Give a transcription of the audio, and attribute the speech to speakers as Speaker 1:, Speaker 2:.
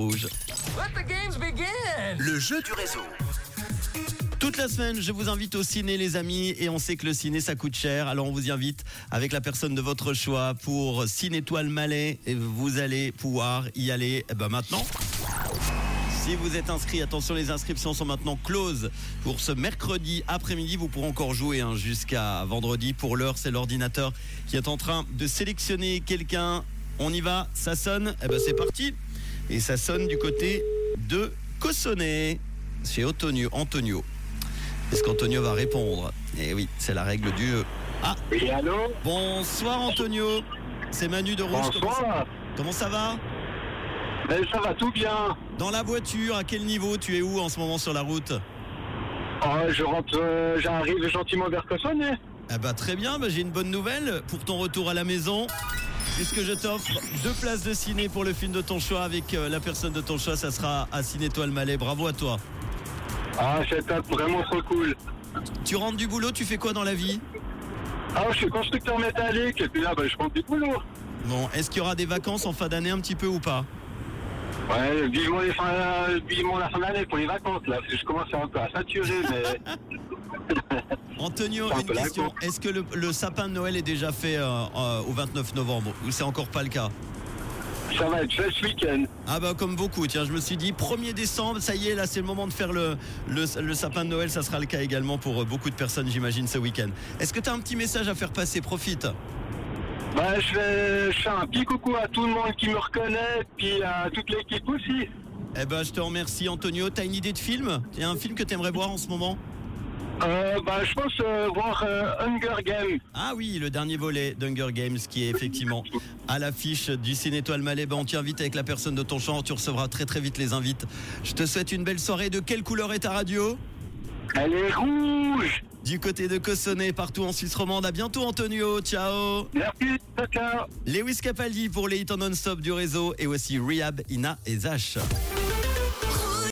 Speaker 1: Rouge.
Speaker 2: Let the games begin.
Speaker 3: Le jeu du réseau.
Speaker 1: Toute la semaine, je vous invite au ciné, les amis, et on sait que le ciné, ça coûte cher. Alors, on vous y invite avec la personne de votre choix pour Ciné Étoile Malais, et vous allez pouvoir y aller eh ben, maintenant. Si vous êtes inscrit, attention, les inscriptions sont maintenant closes pour ce mercredi après-midi. Vous pourrez encore jouer hein, jusqu'à vendredi. Pour l'heure, c'est l'ordinateur qui est en train de sélectionner quelqu'un. On y va, ça sonne. Eh ben, c'est parti. Et ça sonne du côté de Cossonay, chez Antonio. Antonio. Est-ce qu'Antonio va répondre Eh oui, c'est la règle du jeu. Ah,
Speaker 4: Oui, allô
Speaker 1: bonsoir Antonio. C'est Manu de Rouge. Comment ça,
Speaker 4: Bonsoir
Speaker 1: comment ça va
Speaker 4: Ben, Ça va tout bien
Speaker 1: Dans la voiture, à quel niveau Tu es où en ce moment sur la route
Speaker 4: Oh, Je rentre, euh, j'arrive gentiment vers hein. Cossonay.
Speaker 1: Ah bah très bien, bah j'ai une bonne nouvelle pour ton retour à la maison. Puisque je t'offre deux places de ciné pour le film de ton choix avec euh, la personne de ton choix, ça sera à Ciné Étoile Malais. Bravo à toi.
Speaker 4: Ah, c'est top, vraiment trop cool.
Speaker 1: Tu rentres du boulot, tu fais quoi dans la vie
Speaker 4: Ah, je suis constructeur métallique, et puis là, ben, je prends du boulot.
Speaker 1: Bon, est-ce qu'il y aura des vacances en fin d'année un petit peu ou pas
Speaker 4: Ouais, vivement, les fins- euh, vivement la fin d'année pour les vacances, là, parce que je commence un peu à saturer, mais
Speaker 1: Antonio,
Speaker 4: C'est un
Speaker 1: une
Speaker 4: peu la
Speaker 1: question.
Speaker 4: cour.
Speaker 1: Est-ce que le, le sapin de Noël est déjà fait euh, euh, au 29 novembre ou c'est encore pas le cas
Speaker 4: ça va être fait ce week-end.
Speaker 1: Ah bah comme beaucoup, tiens, je me suis dit 1er décembre, ça y est, là c'est le moment de faire le, le- le sapin de Noël, ça sera le cas également pour euh, beaucoup de personnes j'imagine ce week-end. Est-ce que tu as un petit message à faire passer Profite.
Speaker 4: Ben, je fais, je fais un petit coucou à tout le monde qui me reconnaît, puis à toute l'équipe aussi.
Speaker 1: Eh ben je te remercie Antonio, t'as une idée de film Il y a un film que t'aimerais voir en ce moment
Speaker 4: Euh, ben, je pense euh, voir euh, Hunger Games.
Speaker 1: Ah oui, le dernier volet d'Hunger Games qui est effectivement à l'affiche du Ciné Étoile Malais. Ben, on t'invite avec la personne de ton champ, tu recevras très très vite les invites. Je te souhaite une belle soirée. De quelle couleur est ta radio
Speaker 4: Elle est rouge
Speaker 1: Du côté de Cossonay, partout en Suisse romande. À bientôt Antonio, ciao
Speaker 4: Merci, ciao, ciao
Speaker 1: Lewis Capaldi pour les hits en non-stop du réseau et aussi Rehab, Ina et Zach.